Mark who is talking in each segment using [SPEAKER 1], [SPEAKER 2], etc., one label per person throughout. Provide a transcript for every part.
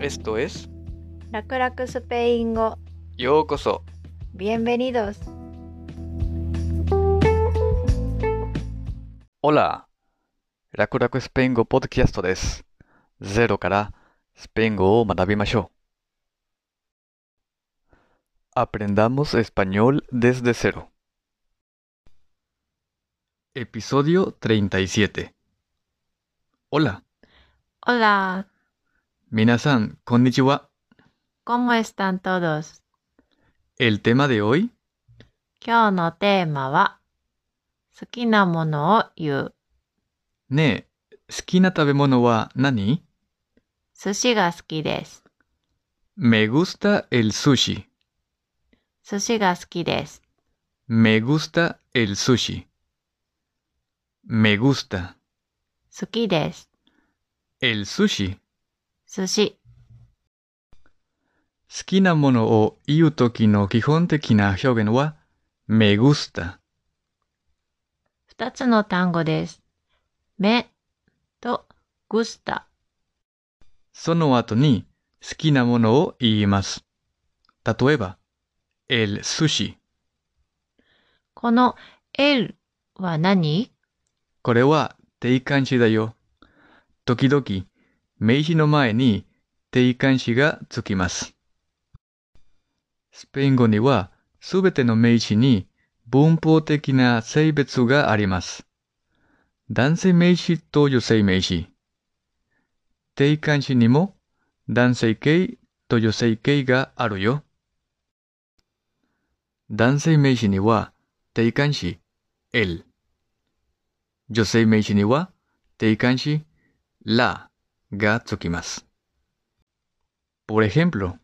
[SPEAKER 1] Esto es
[SPEAKER 2] ラクラクスペイン語
[SPEAKER 1] ようこそ
[SPEAKER 2] Bienvenidos
[SPEAKER 1] Hola ラクラクスペイン語ポッドキャストですゼロからスペイン語を学びましょう Aprendamos español desde cero Episodio 37 Hola
[SPEAKER 2] Hola
[SPEAKER 1] 皆さんこんにちは
[SPEAKER 2] ¿Cómo están todos?
[SPEAKER 1] El tema de hoy
[SPEAKER 2] 今日のテーマは好きなものを言う
[SPEAKER 1] ねえ好きな食べ物は何
[SPEAKER 2] 寿司が好きです
[SPEAKER 1] Me gusta el sushi
[SPEAKER 2] 寿司が好きです
[SPEAKER 1] Me gusta el sushi. Me gusta
[SPEAKER 2] 好きです
[SPEAKER 1] el sushi.
[SPEAKER 2] 寿司
[SPEAKER 1] 好きなものを言うときの基本的な表現は me gusta。
[SPEAKER 2] 二つの単語です目とグスタ
[SPEAKER 1] その後に好きなものを言います。例えば、el sushi。
[SPEAKER 2] この L は何
[SPEAKER 1] これは定冠詞だよ。時々、名詞の前に定冠詞がつきます。スペイン語には、すべての名詞に文法的な性別があります。男性名詞と女性名詞。定冠詞にも男性形と女性形があるよ。男性名詞には定冠詞 L。女性名詞には定冠詞 la がつきます。Por ejemplo,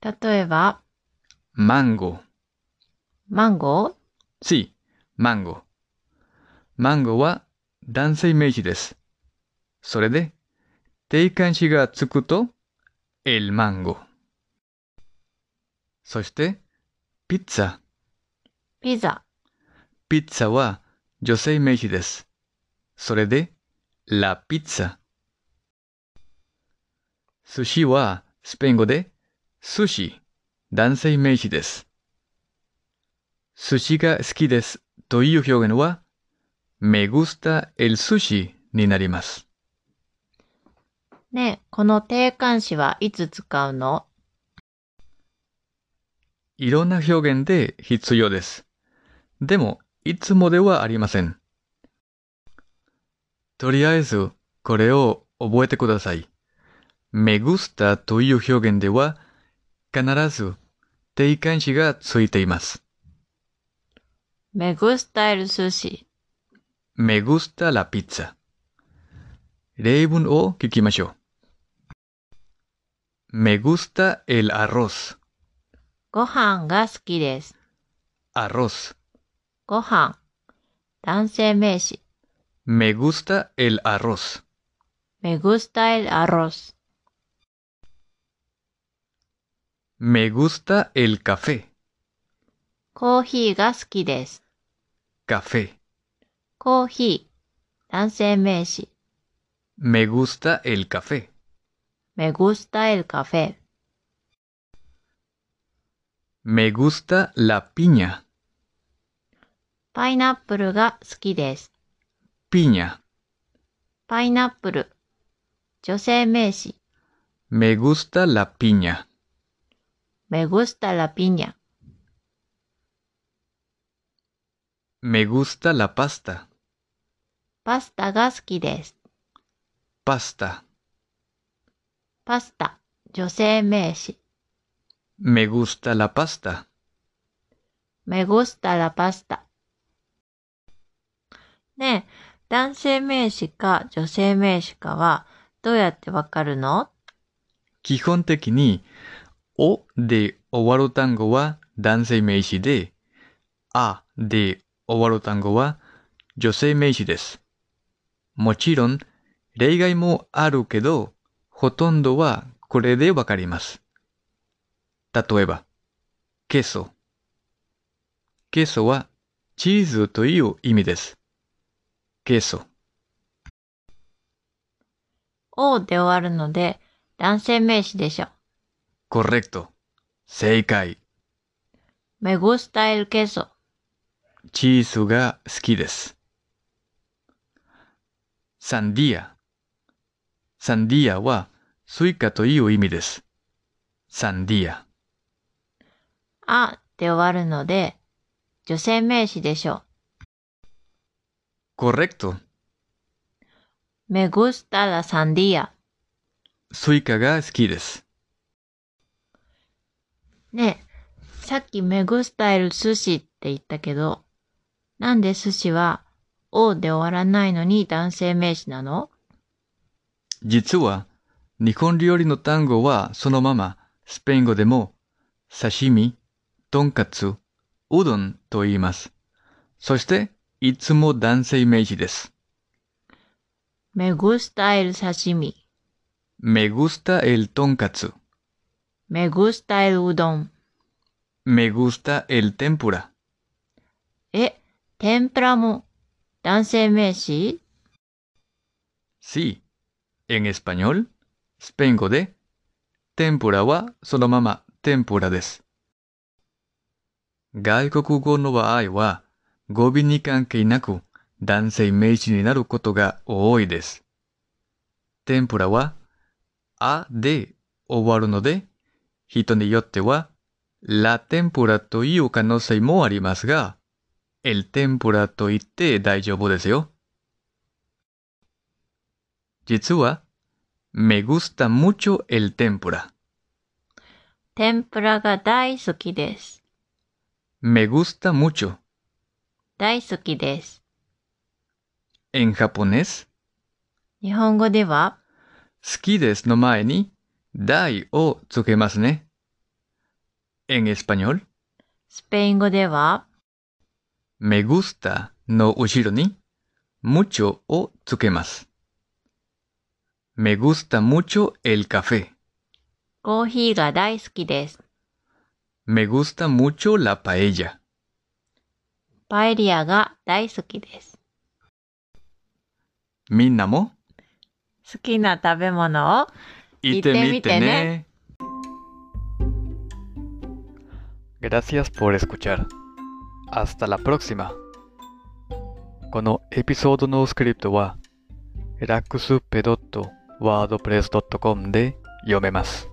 [SPEAKER 2] 例えば
[SPEAKER 1] mango.
[SPEAKER 2] マンゴー
[SPEAKER 1] Sí, mango. mango は男性名詞です。それで、定冠詞がつくと、el mango。そして、ピッツァ。
[SPEAKER 2] ピザ
[SPEAKER 1] ピッツァは女性名詞です。それで、la pizza。寿司はスペイン語で、寿司、男性名詞です。寿司が好きですという表現は、me gusta el sushi になります。
[SPEAKER 2] ねえこの定冠詞はいつ使うの
[SPEAKER 1] いろんな表現で必要です。でも、いつもではありません。とりあえず、これを覚えてください。me gusta という表現では、必ず定冠詞がついています。
[SPEAKER 2] メグスタイル寿司
[SPEAKER 1] me gusta la pizza。例文を聞きましょう。me gusta el arroz。
[SPEAKER 2] ご飯が好きです。
[SPEAKER 1] arroz。
[SPEAKER 2] ご飯。男性名詞。
[SPEAKER 1] me gusta el arroz。
[SPEAKER 2] me gusta el arroz。
[SPEAKER 1] me gusta el café。
[SPEAKER 2] コーヒーが好きです。
[SPEAKER 1] café.
[SPEAKER 2] コーヒー。男性名詞。
[SPEAKER 1] Me gusta el café.
[SPEAKER 2] me gusta el café。
[SPEAKER 1] Me gusta la piña.
[SPEAKER 2] パイナップルが好きです。
[SPEAKER 1] Piña.
[SPEAKER 2] パイナップル。女性名詞。
[SPEAKER 1] Me gusta la piña.
[SPEAKER 2] me gusta la piña。
[SPEAKER 1] Me gusta la pasta.
[SPEAKER 2] パスタが好きです。
[SPEAKER 1] Pasta.
[SPEAKER 2] パスタ。女性名詞。
[SPEAKER 1] Me gusta la pasta.
[SPEAKER 2] me gusta la pasta。ねえ、男性名詞か女性名詞かはどうやってわかるの
[SPEAKER 1] 基本的に、おで終わる単語は男性名詞で、あで終わる単語は女性名詞です。もちろん、例外もあるけど、ほとんどはこれでわかります。例えば、ケソ。ケソはチーズという意味です。ケソ。
[SPEAKER 2] ?o で終わるので、男性名詞でしょ。
[SPEAKER 1] Correcto. Seikai.
[SPEAKER 2] め gusta el queso。
[SPEAKER 1] チーズが好きです。サンディア。サンディアはスイカという意味です。サンディア。
[SPEAKER 2] あで終わるので、女性名詞でしょ。
[SPEAKER 1] correcto。
[SPEAKER 2] me gusta la sandía。
[SPEAKER 1] スイカが好きです。
[SPEAKER 2] ねえ、さっきめ gusta el sushi って言ったけど、なんで寿司は、おで終わらないのに男性名詞なの
[SPEAKER 1] 実は、日本料理の単語はそのままスペイン語でも刺身、とんかつ、うどんと言います。そして、いつも男性名詞です。
[SPEAKER 2] me gusta el 刺身。
[SPEAKER 1] me gusta el とんかつ。
[SPEAKER 2] me gusta el うどん。
[SPEAKER 1] me gusta el tempura。
[SPEAKER 2] え、天ぷらも男性名詞
[SPEAKER 1] Sí. En español, スペイン語で、天ぷらはそのまま天ぷらです。外国語の場合は、語尾に関係なく男性名詞になることが多いです。天ぷらは、あで終わるので、人によっては、la 天ぷらという可能性もありますが、el 天ぷらと言って大丈夫ですよ。実は、me gusta mucho el tempura。
[SPEAKER 2] 天ぷらが大好きです。
[SPEAKER 1] me gusta mucho。
[SPEAKER 2] 大好きです。
[SPEAKER 1] en japonés、
[SPEAKER 2] 日本語では、
[SPEAKER 1] 好きですの前に、大をつけますね。en español、
[SPEAKER 2] スペイン語では、
[SPEAKER 1] me gusta の後ろに、mucho をつけます。me gusta mucho el café。
[SPEAKER 2] コーヒーが大好きです。
[SPEAKER 1] me gusta mucho la paella。
[SPEAKER 2] パエリアが大好きです。
[SPEAKER 1] みんなも、
[SPEAKER 2] 好きな食べ物を
[SPEAKER 1] 行ってみてね。Gracias por escuchar. Hasta la próxima. このエピソードのスクリプトは raxpe.wordpress.com で読めます。